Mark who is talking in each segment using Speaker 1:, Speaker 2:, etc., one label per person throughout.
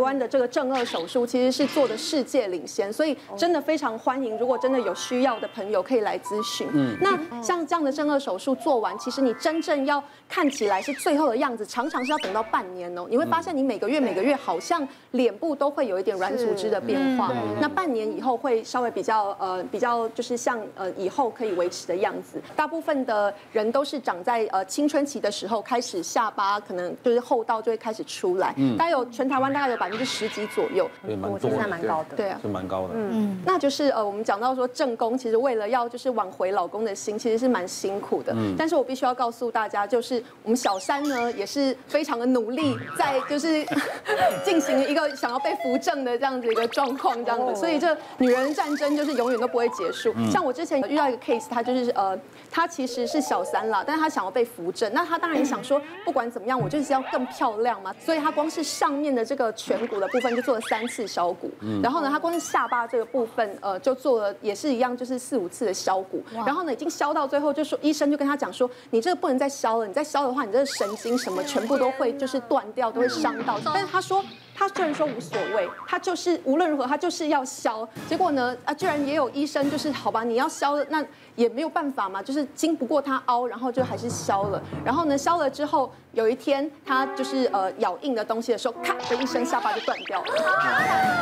Speaker 1: 湾的这个正二手书其实是做的世界领先，所以真的非常欢迎，如果真的有需要的朋友可以来咨询。嗯，那像这样的正二手术做完，其实你真正要看起来是最后的样子，常常是要等到半年哦。你会发现你每个月每个月好像脸部都会有一点软组织的变化，那半年以后会稍微比较呃比较就是像呃以后可以维持的样子。大部分的人都是长在呃青春期的时候开始下巴可能就是后道就会开始出来，大概有全台湾大概有百分之十几左右。
Speaker 2: 对，蛮
Speaker 3: 我
Speaker 2: 多
Speaker 3: 现在
Speaker 2: 的，
Speaker 3: 蛮高的。
Speaker 1: 对啊，
Speaker 2: 是蛮高的。
Speaker 4: 嗯
Speaker 1: 那就是呃，我们讲到说正宫其实为了要就是挽回老公的心，其实是蛮辛苦的。但是我必须要告诉大家，就是我们小三呢也是非常的努力，在就是进行一个想要被扶正的这样子一个状况，这样子。所以这女人战争就是永远都不会结束。像我之前有遇到一个 case，她就是呃，她其实是小三啦，但是她想要被扶正，那她当然也想说，不管怎么样，我就是要更漂亮嘛。所以她光是上面的这个颧骨的部分就做了三次削骨，然后呢，她光是下巴这个部分，呃，就做了也是一样，就是四五次的削骨。然后呢，已经削到最后，就说医生就跟她讲说，你这个不能再削了，你再削的话，你这个神经什么全部都会就是断掉，都会伤到。但是她说。她虽然说无所谓，她就是无论如何，她就是要消。结果呢，啊，居然也有医生就是好吧，你要消了，那也没有办法嘛，就是经不过她凹，然后就还是消了。然后呢，消了之后，有一天她就是呃咬硬的东西的时候，咔的一声，下巴就断掉了。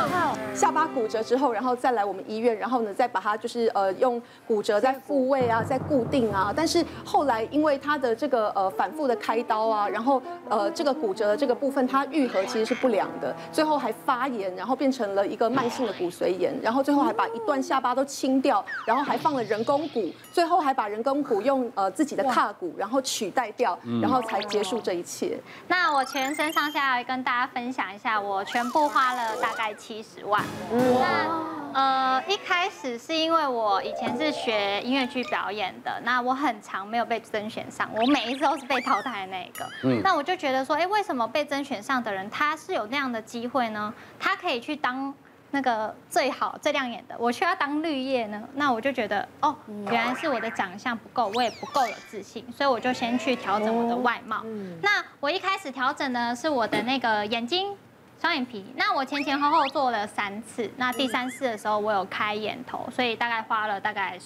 Speaker 1: 下巴骨折之后，然后再来我们医院，然后呢再把它就是呃用骨折再复位啊，再固定啊。但是后来因为它的这个呃反复的开刀啊，然后呃这个骨折的这个部分它愈合其实是不良的，最后还发炎，然后变成了一个慢性的骨髓炎，然后最后还把一段下巴都清掉，然后还放了人工骨，最后还把人工骨用呃自己的胯骨然后取代掉，然后才结束这一切。
Speaker 4: 那我全身上下来跟大家分享一下，我全部花了大概七十万。那呃，一开始是因为我以前是学音乐剧表演的，那我很常没有被甄选上，我每一次都是被淘汰的那一个。那我就觉得说，哎，为什么被甄选上的人他是有那样的机会呢？他可以去当。那个最好最亮眼的，我却要当绿叶呢，那我就觉得哦，原来是我的长相不够，我也不够有自信，所以我就先去调整我的外貌。那我一开始调整呢，是我的那个眼睛。双眼皮，那我前前后后做了三次，那第三次的时候我有开眼头，所以大概花了大概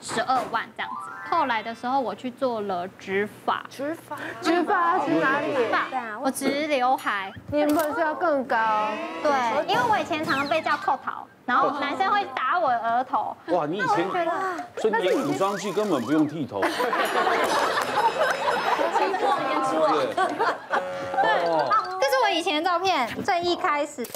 Speaker 4: 十二万这样子。后来的时候我去做了植发，
Speaker 5: 植发，
Speaker 6: 直发是哪里？
Speaker 4: 发我植刘海，
Speaker 6: 你原本是要更高，
Speaker 4: 对，因为我以前常常被叫扣头，然后男生会打我额头，
Speaker 2: 哇，你以
Speaker 4: 那我
Speaker 2: 前
Speaker 4: 就觉得
Speaker 2: 所以你演古装剧根本不用剃 头，对，哦，
Speaker 4: 这是我以前的照片，最一开始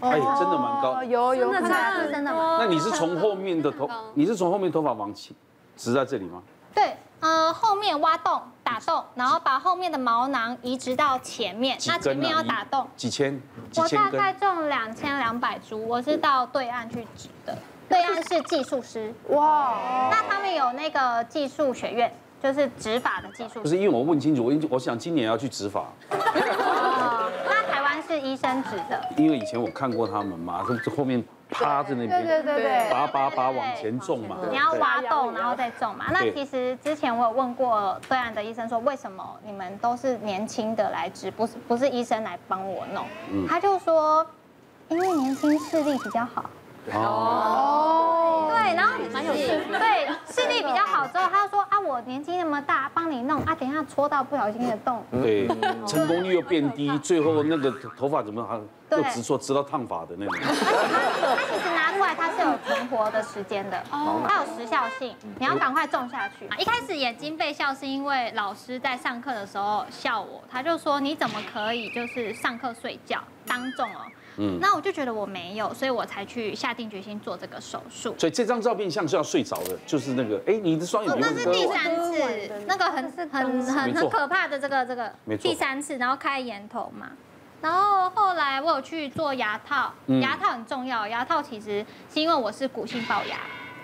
Speaker 2: 哎，真的蛮高
Speaker 6: 哦，。有有
Speaker 3: 嗯
Speaker 4: 真
Speaker 6: 看到
Speaker 4: 的是真的吗？
Speaker 2: 那你是从后面的头，你是从后面头发往起直在这里吗？
Speaker 4: 对，呃，后面挖洞打洞，然后把后面的毛囊移植到前面，
Speaker 2: 几
Speaker 4: 那前
Speaker 2: 根
Speaker 4: 面
Speaker 2: 啊？
Speaker 4: 要
Speaker 2: 一
Speaker 4: 打洞。
Speaker 2: 几千，几
Speaker 4: 我
Speaker 2: 千
Speaker 4: 大
Speaker 2: 根。
Speaker 4: 概种两千两百株，我是到对岸去植的，对岸是技术师，
Speaker 6: 哇，
Speaker 4: 那他们有那个技术学院，就是植发的技术
Speaker 2: 不
Speaker 4: 师。
Speaker 2: 是因为我问清楚，我我想今年要去植发，
Speaker 4: 那台湾是医生植的，
Speaker 2: 因为以前我看过他们嘛，就后面趴在那
Speaker 6: 对对
Speaker 2: 边，
Speaker 6: 对对，
Speaker 2: 拔拔拔
Speaker 4: 对
Speaker 2: 往前种嘛。
Speaker 4: 你要挖洞，然后再种嘛。
Speaker 2: 嗯
Speaker 4: 那
Speaker 2: 对
Speaker 4: 其实之前我有问过对岸的医生说，为什么你们都是年轻的来治，不是不是医生来帮我弄？
Speaker 2: 嗯
Speaker 4: 他就说，因为年轻视力比较好。
Speaker 2: 哦，
Speaker 4: 对，然后你蛮有对视力比较好之后，他就说啊，我年纪那么大，帮你弄啊，等一下戳到不小心的洞。
Speaker 2: 对，成功率又变低，最后那个头发怎么还又
Speaker 4: 对
Speaker 2: 直说直到烫发的那种。
Speaker 4: 它其实拿出来它是有存活的时间的，它有时效性，你要赶快种下去。哦啊一开始眼睛被笑是因为老师在上课的时候笑我，他就说你怎么可以就是上课睡觉当众哦。那我就觉得我没有，所以我才去下定决心做这个手术。
Speaker 2: 所以这张照片像是要睡着的，就是那个，哎，你的双眼皮
Speaker 4: 哦那
Speaker 2: 为什
Speaker 4: 是
Speaker 2: 么
Speaker 4: 第
Speaker 2: 割
Speaker 4: 三次，那个很很很
Speaker 2: 没错
Speaker 4: 很可怕的这个这个
Speaker 2: 没，错
Speaker 4: 第三次，然后开眼头嘛，然后后来我有去做牙套，
Speaker 2: 嗯
Speaker 4: 牙套很重要，牙套其实是因为我是骨性龅牙，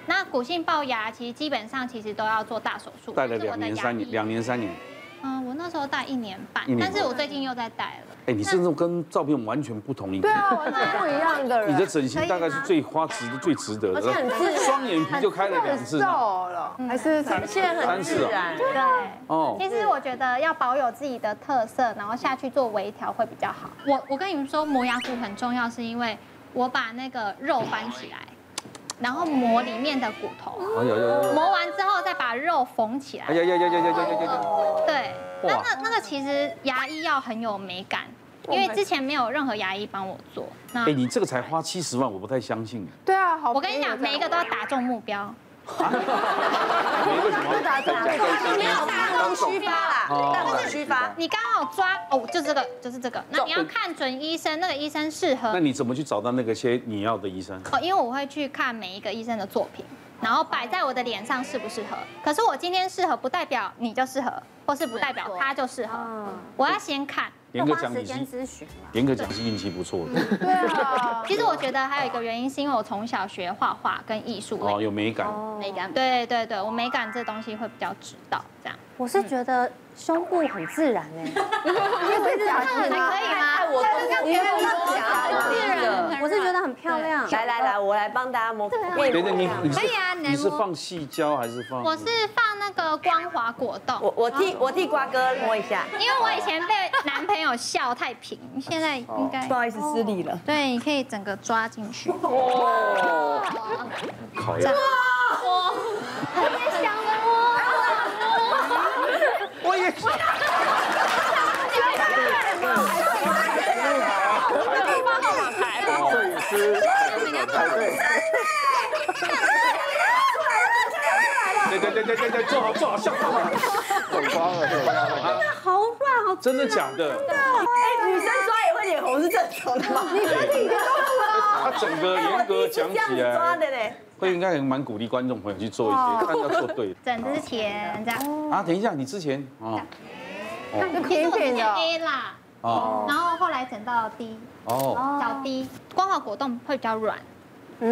Speaker 4: 那骨性龅牙其实基本上其实都要做大手术，
Speaker 2: 戴了
Speaker 4: 就是我
Speaker 2: 两
Speaker 4: 的
Speaker 2: 年
Speaker 4: 牙
Speaker 2: 三年，
Speaker 4: 医
Speaker 2: 两年三年，
Speaker 4: 嗯，我那时候戴一年半
Speaker 2: 一，年
Speaker 4: 但
Speaker 2: 半
Speaker 4: 是我最近又在戴了。
Speaker 2: 哎，你真的跟照片完全不同一
Speaker 6: 对
Speaker 2: 点。
Speaker 6: 啊，完全不一样的
Speaker 2: 你的
Speaker 6: 人，
Speaker 2: 整形大概是最花值的、最值得
Speaker 3: 而且很自
Speaker 2: 的。
Speaker 3: 然
Speaker 2: 双眼皮就开了两
Speaker 6: 很瘦
Speaker 2: 次，
Speaker 6: 了，
Speaker 4: 嗯
Speaker 6: 还是啊
Speaker 3: 而且
Speaker 4: 啊
Speaker 3: 很自然。
Speaker 4: 对。
Speaker 2: 啊哦，
Speaker 4: 其实我觉得要保有自己的特色，然后下去做微调会比较好。我我跟你们说，磨牙骨很重要，是因为我把那个肉翻起来，然后磨里面的骨头，
Speaker 2: 哎呀呀呀呀！
Speaker 4: 磨完之后再把肉缝起来
Speaker 2: 哎。呀呀呀呀呀呀呀呀！
Speaker 4: 对，那
Speaker 2: 哇
Speaker 4: 那那个其实牙医要很有美感，因为之前没有任何牙医帮我做。那
Speaker 2: 哎，你这个才花七十万，我不太相信。
Speaker 6: 对啊，好。
Speaker 4: 我跟你讲，每一个都要打中目标。
Speaker 2: 没为什么？
Speaker 6: 打中目标
Speaker 3: 没有大众虚发啦，大众虚发。
Speaker 4: 你刚好抓哦，就这个，就是这个。那你要看准医生，那个医生适合
Speaker 2: 那你怎么去找到那个些你要的医生？
Speaker 4: 哦，因为我会去看每一个医生的作品，然后摆在我的脸上适不适合。可是我今天适合，不代表你就适合，或是不代表他就适合。我要先看。
Speaker 2: 严格讲，你是
Speaker 3: 咨询嘛，
Speaker 2: 严格讲是运气不错的
Speaker 3: 嗯
Speaker 6: 对啊，
Speaker 4: 其实我觉得还有一个原因，是因为我从小学画画跟艺术
Speaker 2: 哦，
Speaker 4: 类。
Speaker 2: 有美感。
Speaker 3: 美感。
Speaker 4: 对对对，我美感这东西会比较知道这样。
Speaker 3: 我是觉得胸部很自然哎，
Speaker 6: 因为假
Speaker 4: 还
Speaker 6: 肢吗？
Speaker 4: 可以吗？
Speaker 5: 我都你没有说
Speaker 4: 软
Speaker 3: 我是觉得很漂亮。
Speaker 5: 来来来，我来帮大家摸。
Speaker 2: 等等，你你是
Speaker 4: 可以啊你来
Speaker 2: 你是
Speaker 4: 摸
Speaker 2: 放细胶还是放？
Speaker 4: 我是放那个光滑果冻，
Speaker 5: 我我替我替瓜哥摸一下，
Speaker 4: 因为我以前被男朋友笑太平，现在应该
Speaker 5: 好意思失礼了。
Speaker 4: 对，你可以整个抓进去。
Speaker 2: 烤鸭。我也想了我，我也是。对对对对对对，坐好坐好，笑好了，
Speaker 3: 好软，好
Speaker 2: 真的假的？
Speaker 5: 哎，女生抓也会脸红是正常哎的吗？你
Speaker 2: 他整个严格讲起
Speaker 5: 这样子抓
Speaker 2: 来，
Speaker 5: 的嘞。
Speaker 2: 会应该很蛮鼓励观众朋友去做一些，看要做 对
Speaker 4: 整之前这样，
Speaker 2: 啊。等一下，你之前啊
Speaker 6: 就平平的，
Speaker 4: A 啦，
Speaker 2: 哦
Speaker 4: 然后后来整到 D，
Speaker 2: 哦，
Speaker 4: 小 D，光滑果冻会比较软。
Speaker 6: 嗯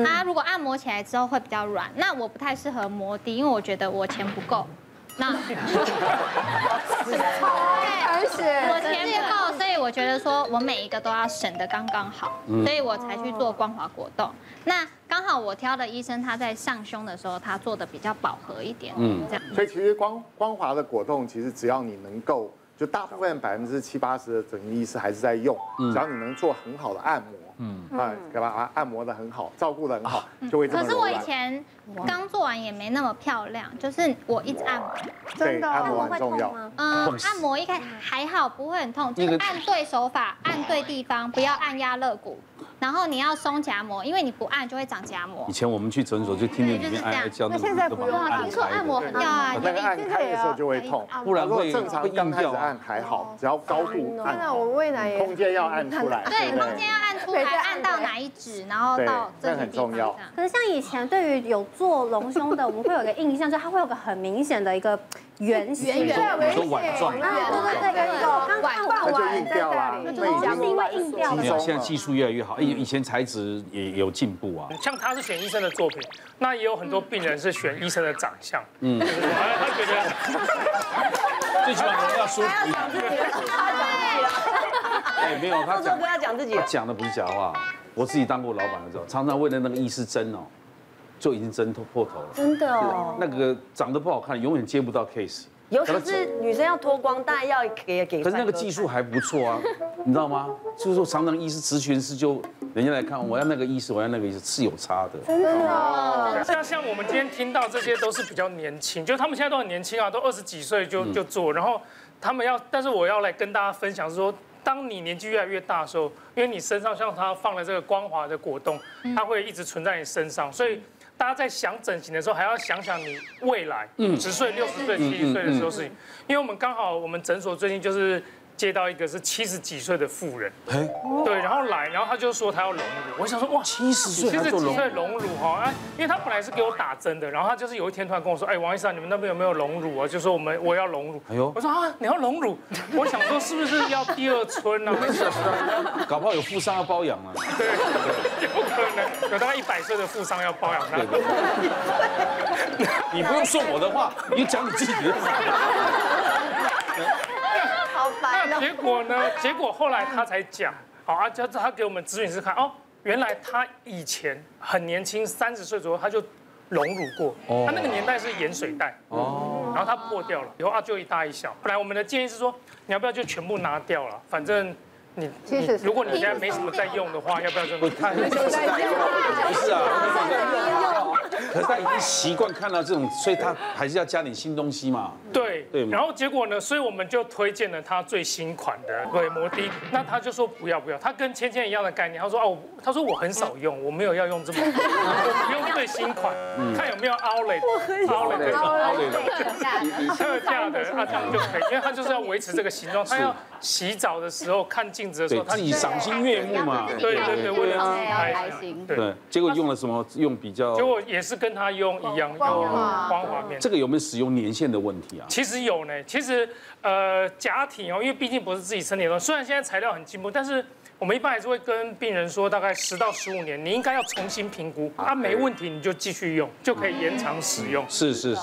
Speaker 4: 它如果按摩起来之后会比较软，那我不太适合磨 D，因为我觉得我钱不够。 那
Speaker 6: 而
Speaker 4: 我
Speaker 6: 且
Speaker 4: 钱不够，所以我觉得说我每一个都要省的刚刚好，
Speaker 7: 嗯
Speaker 4: 所以我才去做光滑果冻。那刚好我挑的医生他在上胸的时候，他做的比较饱和一点，
Speaker 2: 嗯
Speaker 4: 嗯，这样。
Speaker 7: 所以其实光光滑的果冻，其实只要你能够，就大部分百分之七八十的整形医师还是在用，
Speaker 2: 嗯
Speaker 7: 只要你能做很好的按摩，嗯，啊，给它按摩的很好，照顾的很好，就会这么
Speaker 4: 可是
Speaker 7: 柔
Speaker 4: 我
Speaker 7: 软。
Speaker 4: 以前刚做完也没那么漂亮，就是我一直按摩，
Speaker 7: 对，按摩
Speaker 3: 会
Speaker 7: 很重
Speaker 3: 痛
Speaker 7: 要。
Speaker 3: 吗？
Speaker 4: 嗯，按摩一开始还好，不会很痛，就
Speaker 2: 那
Speaker 4: 是
Speaker 2: 个
Speaker 4: 按对手法，按对地方，不要按压肋骨，然后你要松夹膜，因为你不按就会长夹膜
Speaker 2: 以。前我们去诊所就听见里面爱爱叫那个女的把它按开的，
Speaker 4: 要啊，
Speaker 7: 那个按开的时候就会痛，
Speaker 2: 不然
Speaker 7: 如果
Speaker 2: 会
Speaker 7: 正
Speaker 2: 会
Speaker 7: 常刚
Speaker 2: 硬
Speaker 7: 开始
Speaker 2: 掉啊
Speaker 7: 按。还好，只要高度
Speaker 6: 真的，
Speaker 7: 按，
Speaker 6: 我胃奶也
Speaker 7: 空间要按出来，
Speaker 4: 对，
Speaker 7: 不
Speaker 4: 空间要按出来，按到哪一指，然后到这个地方这样。
Speaker 3: 可是像以前对于有做隆胸的，我们会有一个印象，就是它会有个很明显的一个圆形。
Speaker 6: 对，
Speaker 2: 你说碗状
Speaker 3: 啊，对对对，有刚看
Speaker 6: 放
Speaker 3: 我，
Speaker 6: 完在那里，
Speaker 3: 就是因为硬掉
Speaker 7: 对
Speaker 2: 没
Speaker 3: 的。
Speaker 2: 有，现在技术越来越好，哎以前材质也有进步啊。
Speaker 8: 像他是选医生的作品，那也有很多病人是选医生的长相，嗯，
Speaker 2: 哎
Speaker 8: 他觉得
Speaker 2: 最起码我们要舒服一点。哎，没有，他
Speaker 5: 这
Speaker 2: 讲
Speaker 5: 不要讲自己
Speaker 2: 他，讲的不是假话，啊我自己当过老板的时候，常常为了那个医师争哦，就已经争破头了。
Speaker 3: 真的哦，
Speaker 2: 那个长得不好看，永远接不到 case。
Speaker 5: 尤其是女生要脱光带，要给给。
Speaker 2: 可是那个技术还不错啊， 你知道吗？就是说常常医师咨询师就人家来看，我要那个医师，我要那个医师是有差的。
Speaker 8: 像像我们今天听到这些都是比较年轻，就他们现在都很年轻啊，都二十几岁就就做，然后他们要，但是我要来跟大家分享是说。当你年纪越来越大的时候，因为你身上像它放了这个光滑的果冻，它会一直存在你身上，所以大家在想整形的时候，还要想想你未来十岁、六十岁、七十岁的时候事情。因为我们刚好我们诊所最近就是接到一个是七十几岁的妇人，
Speaker 2: 哎
Speaker 8: 对，然后来，然后他就说他要隆乳，我想说哇，七十
Speaker 2: 岁
Speaker 8: 七
Speaker 2: 还
Speaker 8: 十
Speaker 2: 做
Speaker 8: 几
Speaker 2: 隆
Speaker 8: 岁隆乳哈，哎，因为他本来是给我打针的，然后他就是有一天突然跟我说，哎，王医生啊，你们那边有没有隆乳啊？就说我们我要隆乳，
Speaker 2: 哎呦
Speaker 8: 我说啊，你要隆乳， 我想说是不是要第二春啊？
Speaker 2: 搞不好有富商要包养啊。
Speaker 8: 对，有可能有大概一百岁的富商要包养他
Speaker 2: 对。对对你不用说我的话，你就讲你自己的话。
Speaker 5: 好烦哦。
Speaker 8: 结果 呢？结果后来他才讲，好啊，就他给我们咨询师看，哦，原来他以前很年轻，三十岁左右他就荣辱过，
Speaker 2: 哦
Speaker 8: 他那个年代是盐水袋，
Speaker 2: 哦，
Speaker 8: 然后它破掉了，以后啊就一大一小。本来我们的建议是说，你要不要就全部拿掉了？反正你
Speaker 6: 其
Speaker 8: 你
Speaker 6: 实是
Speaker 8: 如果你现在没什么在用的话，要不要就
Speaker 2: 不，他不啊是啊，可是他已经习惯看到这种，所以他还是要加点新东西嘛。
Speaker 8: 对
Speaker 2: 对嘛
Speaker 8: 然后结果呢？所以我们就推荐了他最新款的对摩的，那他就说不要不要，他跟芊芊一样的概念，他说哦，我他说我很少用，我没有要用这么，我不用最新款，
Speaker 2: 嗯
Speaker 8: 看有没有 outlet，outlet 对特价 的，啊，这样就可以，因为他就是要维持这个形状，他要洗澡的时候看镜子的时
Speaker 2: 对
Speaker 8: 候，，他
Speaker 2: 自己赏心悦目嘛。
Speaker 8: 对啊对对，为了自己
Speaker 6: 开
Speaker 8: 哦开
Speaker 6: 心
Speaker 8: 心，对，啊
Speaker 2: 对，结果用了什么？用比较
Speaker 8: 结，果也是跟他用一样用光滑面。
Speaker 2: 这个有没有使用年限的问题啊？
Speaker 8: 其实有呢，其实呃假体哦，因为毕竟不是自己身体的东西，虽然现在材料很进步，但是我们一般还是会跟病人说，大概十到十五年，你应该要重新评估，啊没问题你就继续用，就可以延长使用。
Speaker 2: 是是是，